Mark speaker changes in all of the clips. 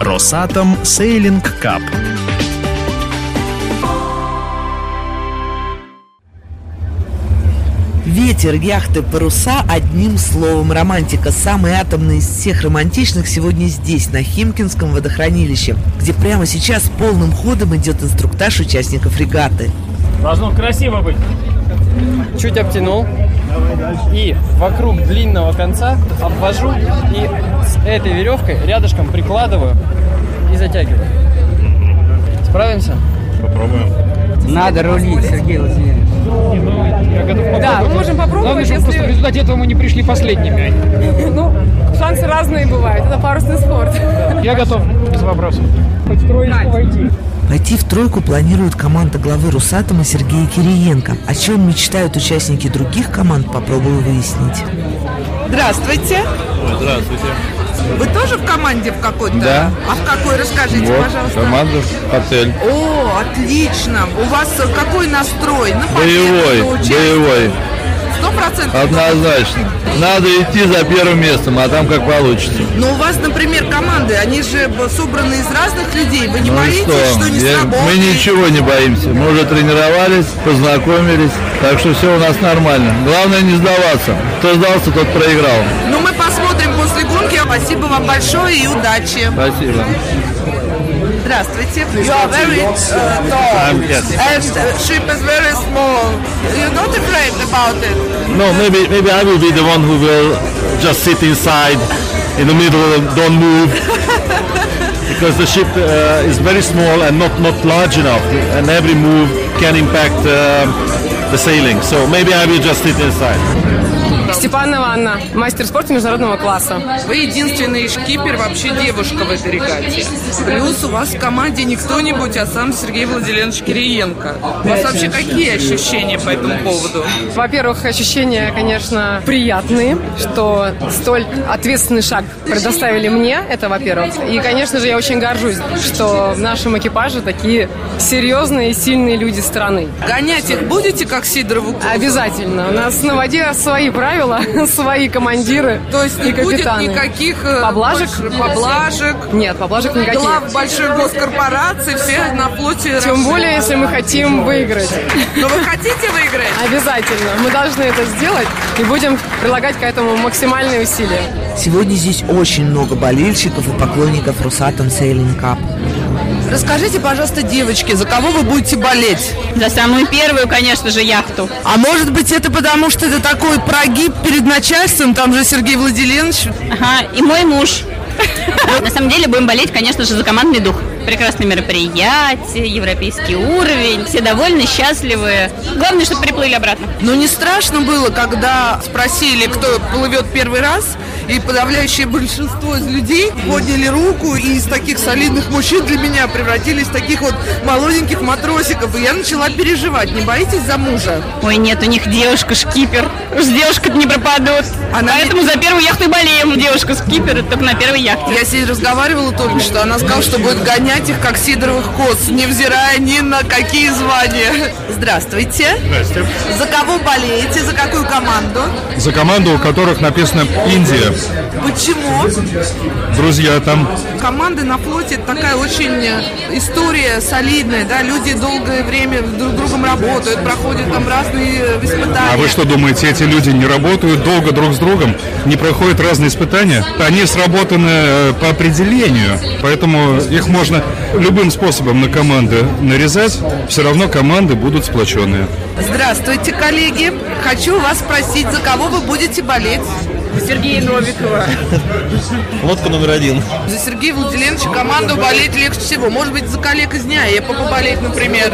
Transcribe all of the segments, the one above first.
Speaker 1: Росатом Сейлинг Кап.
Speaker 2: Ветер, яхты, паруса, одним словом, романтика. Самый атомный из всех романтичных сегодня здесь, на Химкинском водохранилище, где прямо сейчас полным ходом идет инструктаж участников регаты.
Speaker 3: Должно красиво быть.
Speaker 4: Чуть обтянул. И вокруг длинного конца обвожу и с этой веревкой рядышком прикладываю и затягиваю. Справимся?
Speaker 5: Попробуем.
Speaker 6: Надо рулить, Сергей Владимирович.
Speaker 3: Я готов попробовать.
Speaker 7: Да, мы можем
Speaker 3: Главное,
Speaker 7: попробовать,
Speaker 3: чтобы просто в
Speaker 7: если
Speaker 3: результате этого мы не пришли последними.
Speaker 7: ну, шансы разные бывают. Это парусный спорт.
Speaker 3: Я готов, без вопросов.
Speaker 2: Пойти в тройку планирует команда главы Русатома Сергея Кириенко. О чем мечтают участники других команд, попробую выяснить. Здравствуйте!
Speaker 5: Здравствуйте.
Speaker 2: Вы тоже в команде в какой-то?
Speaker 5: Да.
Speaker 2: А в какой? Расскажите,
Speaker 5: Вот, команда «Отель».
Speaker 2: О, отлично! У вас э, какой настрой? На
Speaker 5: Боевой, боевой.
Speaker 2: Сто процентов.
Speaker 5: Однозначно. Надо идти за первым местом, а там как получится.
Speaker 2: Но у вас, например, команды, они же б- собраны из разных людей. Вы не
Speaker 5: Ну и
Speaker 2: боитесь,
Speaker 5: что?
Speaker 2: что, не
Speaker 5: Я- мы
Speaker 2: сработает?
Speaker 5: ничего не боимся. Мы уже тренировались, познакомились, так что все у нас нормально. Главное не сдаваться. Кто сдался, тот проиграл.
Speaker 2: Ну, мы посмотрим после гонки. Спасибо вам большое и удачи.
Speaker 5: Спасибо.
Speaker 2: Здравствуйте. You are very uh, tall.
Speaker 5: I'm yes.
Speaker 2: And uh, ship is very small. You're not afraid about it.
Speaker 5: No, maybe maybe I will be the one who will just sit inside in the middle and don't move because the ship uh, is very small and not not large enough, and every move can impact um, the sailing. So maybe I will just sit inside.
Speaker 7: Степанова Анна, мастер спорта международного класса.
Speaker 2: Вы единственный шкипер, вообще девушка в этой регате. Плюс у вас в команде не кто-нибудь, а сам Сергей Владимирович Кириенко. У вас вообще какие ощущения по этому поводу?
Speaker 7: Во-первых, ощущения, конечно, приятные, что столь ответственный шаг предоставили мне, это во-первых. И, конечно же, я очень горжусь, что в нашем экипаже такие серьезные и сильные люди страны.
Speaker 2: Гонять их будете, как Сидорову козу?
Speaker 7: Обязательно. У нас на воде свои правила, свои командиры
Speaker 2: То есть не
Speaker 7: и
Speaker 2: будет
Speaker 7: капитаны.
Speaker 2: никаких э,
Speaker 7: Поблажек?
Speaker 2: больше поблажек,
Speaker 7: Нет, поблажек никаких.
Speaker 2: глав больших госкорпораций, все на флоте
Speaker 7: Тем
Speaker 2: России.
Speaker 7: более, если мы хотим выиграть.
Speaker 2: Но вы хотите выиграть?
Speaker 7: Обязательно. Мы должны это сделать и будем прилагать к этому максимальные усилия.
Speaker 2: Сегодня здесь очень много болельщиков и поклонников Русатом Сейлинг Кап. Расскажите, пожалуйста, девочки, за кого вы будете болеть?
Speaker 8: За самую первую, конечно же, яхту.
Speaker 2: А может быть это потому, что это такой прогиб перед начальством, там же Сергей Владимирович.
Speaker 8: Ага, и мой муж. На самом деле будем болеть, конечно же, за командный дух. Прекрасное мероприятие, европейский уровень, все довольны, счастливы. Главное, чтобы приплыли обратно.
Speaker 2: Но не страшно было, когда спросили, кто плывет первый раз, и подавляющее большинство из людей подняли руку, и из таких солидных мужчин для меня превратились в таких вот молоденьких матросиков. И я начала переживать, не боитесь за мужа?
Speaker 8: Ой, нет, у них девушка-шкипер. Уж девушка-то не пропадут.
Speaker 2: Она
Speaker 8: Поэтому за первую яхту и болеем. Девушка-шкипер, это только на первой яхте.
Speaker 2: Я с ней разговаривала только что, она сказала, что будет гонять их, как сидоровых коз, невзирая ни на какие звания. Здравствуйте.
Speaker 5: Здравствуйте.
Speaker 2: За кого болеете, за какую команду?
Speaker 5: За команду, у которых написано Индия.
Speaker 2: Почему?
Speaker 5: Друзья там.
Speaker 2: Команды на флоте это такая очень э, история солидная, да, люди долгое время друг с другом работают, проходят там разные э, испытания.
Speaker 5: А вы что думаете, эти люди не работают долго друг с другом, не проходят разные испытания? Они сработаны э, по определению, поэтому их можно любым способом на команды нарезать, все равно команды будут сплоченные.
Speaker 2: Здравствуйте, коллеги. Хочу вас спросить, за кого вы будете болеть? Сергея Новикова.
Speaker 5: Лодка номер один.
Speaker 2: За Сергея Владимировича команду болеть легче всего. Может быть, за коллег из дня. Я могу болеть, например.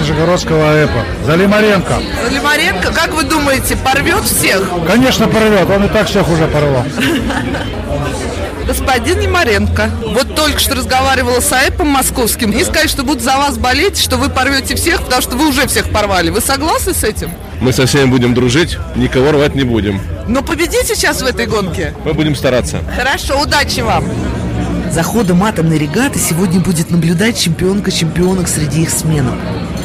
Speaker 5: Нижегородского ЭПа. За Лимаренко.
Speaker 2: За Лимаренко, как вы думаете, порвет всех?
Speaker 5: Конечно, порвет, он и так всех уже порвал.
Speaker 2: Господин Лимаренко, вот только что разговаривала с Аэпом московским и сказали, что будут за вас болеть, что вы порвете всех, потому что вы уже всех порвали. Вы согласны с этим?
Speaker 5: Мы со всеми будем дружить, никого рвать не будем.
Speaker 2: Но победите сейчас в этой гонке.
Speaker 5: Мы будем стараться.
Speaker 2: Хорошо, удачи вам.
Speaker 9: За ходом атомной регаты сегодня будет наблюдать чемпионка чемпионок среди их сменок.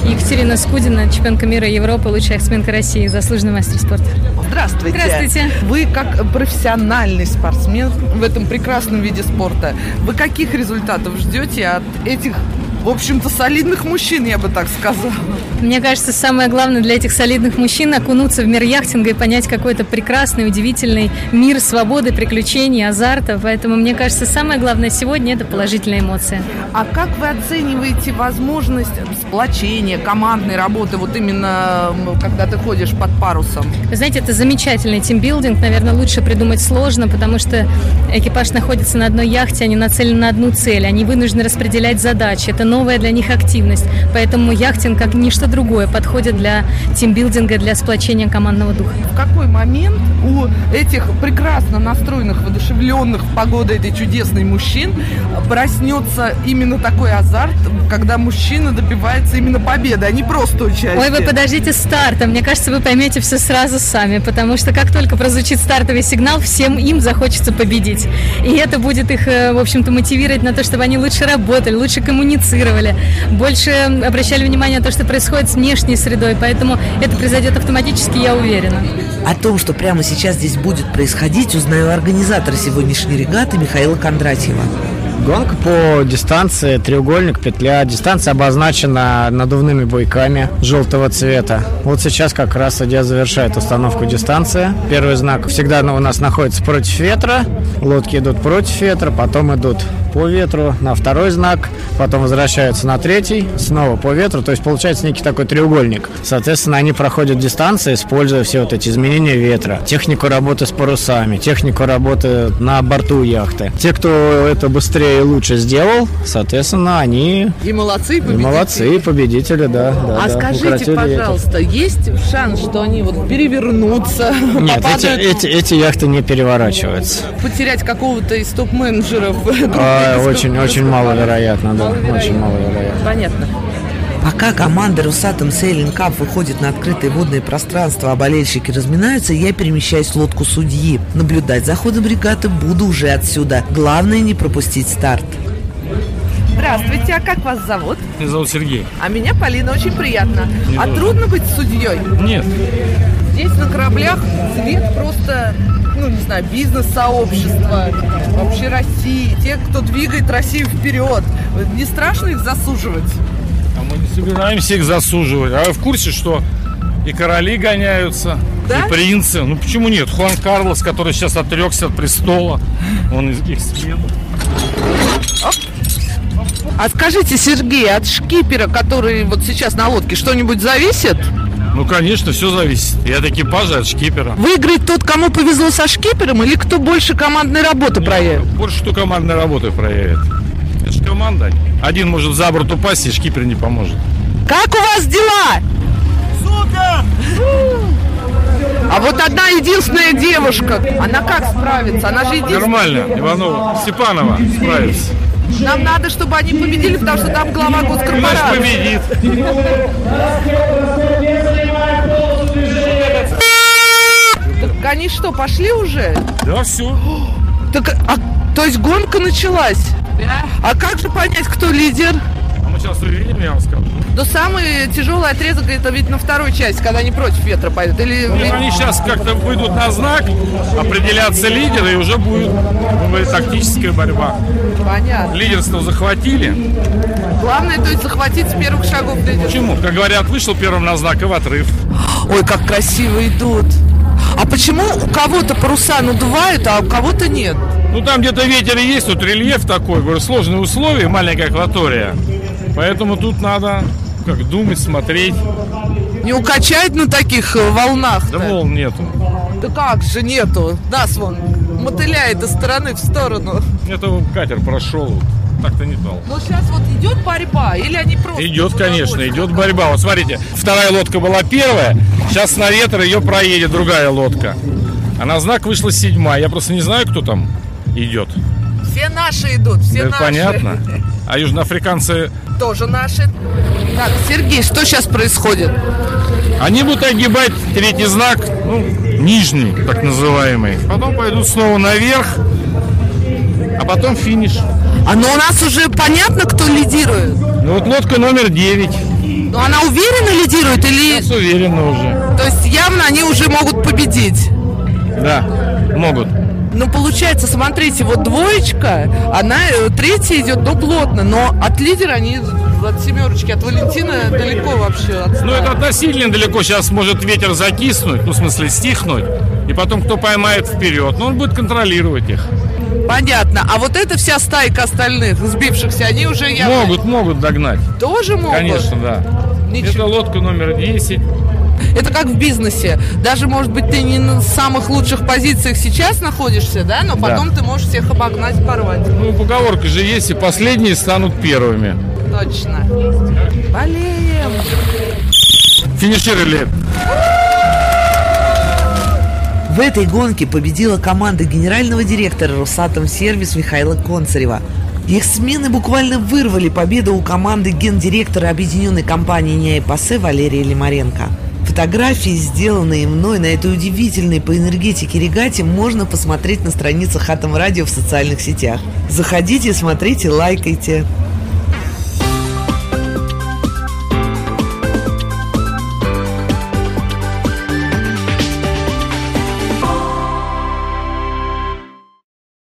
Speaker 10: Екатерина Скудина, чемпионка мира Европы, лучшая эксменка России, заслуженный мастер спорта.
Speaker 2: Здравствуйте.
Speaker 10: Здравствуйте.
Speaker 2: Вы как профессиональный спортсмен в этом прекрасном виде спорта. Вы каких результатов ждете от этих, в общем-то, солидных мужчин, я бы так сказала?
Speaker 10: Мне кажется, самое главное для этих солидных мужчин окунуться в мир яхтинга и понять какой-то прекрасный, удивительный мир свободы, приключений, азарта. Поэтому, мне кажется, самое главное сегодня – это положительная эмоция.
Speaker 2: А как вы оцениваете возможность сплочения, командной работы, вот именно м, когда ты ходишь под парусом?
Speaker 10: Вы знаете, это замечательный тимбилдинг. Наверное, лучше придумать сложно, потому что экипаж находится на одной яхте, они нацелены на одну цель. Они вынуждены распределять задачи. Это новая для них активность. Поэтому яхтинг, как ничто другое, подходит для тимбилдинга, для сплочения командного духа.
Speaker 2: В какой момент у этих прекрасно настроенных, воодушевленных погодой этой чудесной мужчин проснется именно такой азарт, когда мужчина добивается именно победы, а не просто участия?
Speaker 10: Ой, вы подождите старта. Мне кажется, вы поймете все сразу сами, потому что как только прозвучит стартовый сигнал, всем им захочется победить. И это будет их, э, в общем-то, мотивировать на то, чтобы они лучше работали, лучше коммуницировали, больше обращали внимание на то, что происходит с внешней средой. Поэтому это произойдет автоматически, я уверена.
Speaker 9: О том, что прямо сейчас здесь будет происходить, узнаю организатора сегодняшней регаты Михаила Кондратьева.
Speaker 4: Гонка по дистанции, треугольник, петля. Дистанция обозначена надувными буйками желтого цвета. Вот сейчас как раз судья завершает установку дистанции. Первый знак всегда у нас находится против ветра. Лодки идут против ветра, потом идут по ветру на второй знак, потом возвращаются на третий, снова по ветру. То есть получается некий такой треугольник. Соответственно, они проходят дистанции, используя все вот эти изменения ветра, технику работы с парусами, технику работы на борту яхты. Те, кто это быстрее и лучше сделал, соответственно, они
Speaker 2: И молодцы, и
Speaker 4: и
Speaker 2: победители.
Speaker 4: молодцы, и победители, да. да,
Speaker 2: А
Speaker 4: да,
Speaker 2: скажите,
Speaker 4: укоротили ветер.
Speaker 2: пожалуйста, есть шанс, что они вот перевернутся,
Speaker 4: Нет, эти,
Speaker 2: попадают,
Speaker 4: эти, эти яхты не переворачиваются.
Speaker 2: потерять какого-то из топ-менеджеров?
Speaker 4: А, очень, очень маловероятно, да. Очень маловероятно.
Speaker 2: Понятно.
Speaker 9: Пока команда Русатом Сейлинг Cup выходит на открытое водное пространство, а болельщики разминаются, я перемещаюсь в лодку судьи. Наблюдать за ходом регаты буду уже отсюда. Главное не пропустить старт.
Speaker 2: Здравствуйте, а как вас зовут?
Speaker 5: Меня зовут Сергей.
Speaker 2: А меня Полина, очень приятно. а
Speaker 5: тоже.
Speaker 2: трудно быть судьей?
Speaker 5: Нет,
Speaker 2: Здесь на кораблях цвет просто, ну не знаю, бизнес-сообщество, вообще России, те, кто двигает Россию вперед. Не страшно их засуживать?
Speaker 5: а мы не собираемся их засуживать. А вы в курсе, что и короли гоняются,
Speaker 2: Да?
Speaker 5: и принцы. Ну почему нет? Хуан Карлос, который сейчас отрекся от престола, он из их смену.
Speaker 2: А скажите, Сергей, от шкипера, который вот сейчас на лодке, что-нибудь зависит?
Speaker 5: Ну, конечно, все зависит. И от экипажа, и от шкипера.
Speaker 2: Выиграет тот, кому повезло со шкипером, или кто больше командной работы проявит?
Speaker 5: Больше что командной работы проявит. Это же команда. Один может за борт упасть, и шкипер не поможет.
Speaker 2: Как у вас дела? Супер! А вот одна единственная девушка, она как справится? Она же единственная.
Speaker 5: Нормально, Иванова. Степанова справится.
Speaker 2: Нам надо, чтобы они победили, потому что там глава
Speaker 5: Наш
Speaker 2: госкорпорации.
Speaker 5: победит.
Speaker 2: Так Они что, пошли уже?
Speaker 5: Да, все.
Speaker 2: Так, а, то есть гонка началась? А как же понять, кто лидер?
Speaker 5: А мы сейчас увидим, я вам скажу.
Speaker 2: Но самый тяжелый отрезок это ведь на второй части, когда они против ветра пойдут. Или
Speaker 5: Нет, они сейчас как-то выйдут на знак, определятся лидеры, и уже будет как бы, тактическая борьба.
Speaker 2: понятно.
Speaker 5: Лидерство захватили.
Speaker 2: Главное, то есть захватить с первых шагов лидер.
Speaker 5: Почему? Как говорят, вышел первым на знак и в отрыв.
Speaker 2: Ой, как красиво идут. А почему у кого-то паруса надувают, а у кого-то нет?
Speaker 5: Ну там где-то ветер и есть, тут рельеф такой, говорю, сложные условия, маленькая акватория. Поэтому тут надо как думать, смотреть.
Speaker 2: Не укачает на таких э, волнах?
Speaker 5: Да волн нету.
Speaker 2: Да как же нету? Нас вон мотыляет из стороны в сторону.
Speaker 5: Это катер прошел, так-то не дал.
Speaker 2: Но сейчас вот идет борьба, или они просто...
Speaker 5: Идет, конечно,
Speaker 2: удовольствие?
Speaker 5: идет борьба. Вот смотрите, вторая лодка была первая, сейчас на ветер ее проедет другая лодка. А на знак вышла седьмая. Я просто не знаю, кто там идет.
Speaker 2: Все наши идут, все
Speaker 5: Да,
Speaker 2: наши.
Speaker 5: понятно. А южноафриканцы,
Speaker 2: Тоже наши. Так, Сергей, что сейчас происходит?
Speaker 5: они будут огибать третий знак, ну, нижний, так называемый. Потом пойдут снова наверх, а потом финиш.
Speaker 2: А ну у нас уже понятно, кто лидирует.
Speaker 5: Ну вот лодка номер 9.
Speaker 2: Но она уверенно лидирует или...
Speaker 5: Сейчас уверенно уже.
Speaker 2: То есть явно они уже могут победить.
Speaker 5: Да, могут.
Speaker 2: Ну, получается, смотрите, вот двоечка, она э, третья идет, но плотно, но от лидера они от семерочки, от Валентина далеко вообще. От...
Speaker 5: Ну, это относительно далеко. Сейчас может ветер закиснуть, ну, в смысле, стихнуть. И потом, кто поймает вперед, ну, он будет контролировать их.
Speaker 2: Понятно. А вот эта вся стайка остальных, сбившихся, они уже явно
Speaker 5: Могут, могут догнать.
Speaker 2: тоже могут?
Speaker 5: Конечно, да. Это лодка номер 10.
Speaker 2: Это как в бизнесе. Даже, может быть, ты не на самых лучших позициях сейчас находишься, да, но
Speaker 5: Да.
Speaker 2: потом ты можешь всех обогнать, порвать.
Speaker 5: Ну, поговорка же есть, и последние станут первыми.
Speaker 2: Точно. Болеем.
Speaker 5: Финишировали.
Speaker 9: В этой гонке победила команда генерального директора «Росатом Сервис» Михаила Концарева. Их смены буквально вырвали победу у команды гендиректора объединенной компании «Ня Пассе» Валерия Лимаренко. Фотографии, сделанные мной на этой удивительной по энергетике регате, можно посмотреть на страницах Атом Радио в социальных сетях. Заходите, смотрите, лайкайте.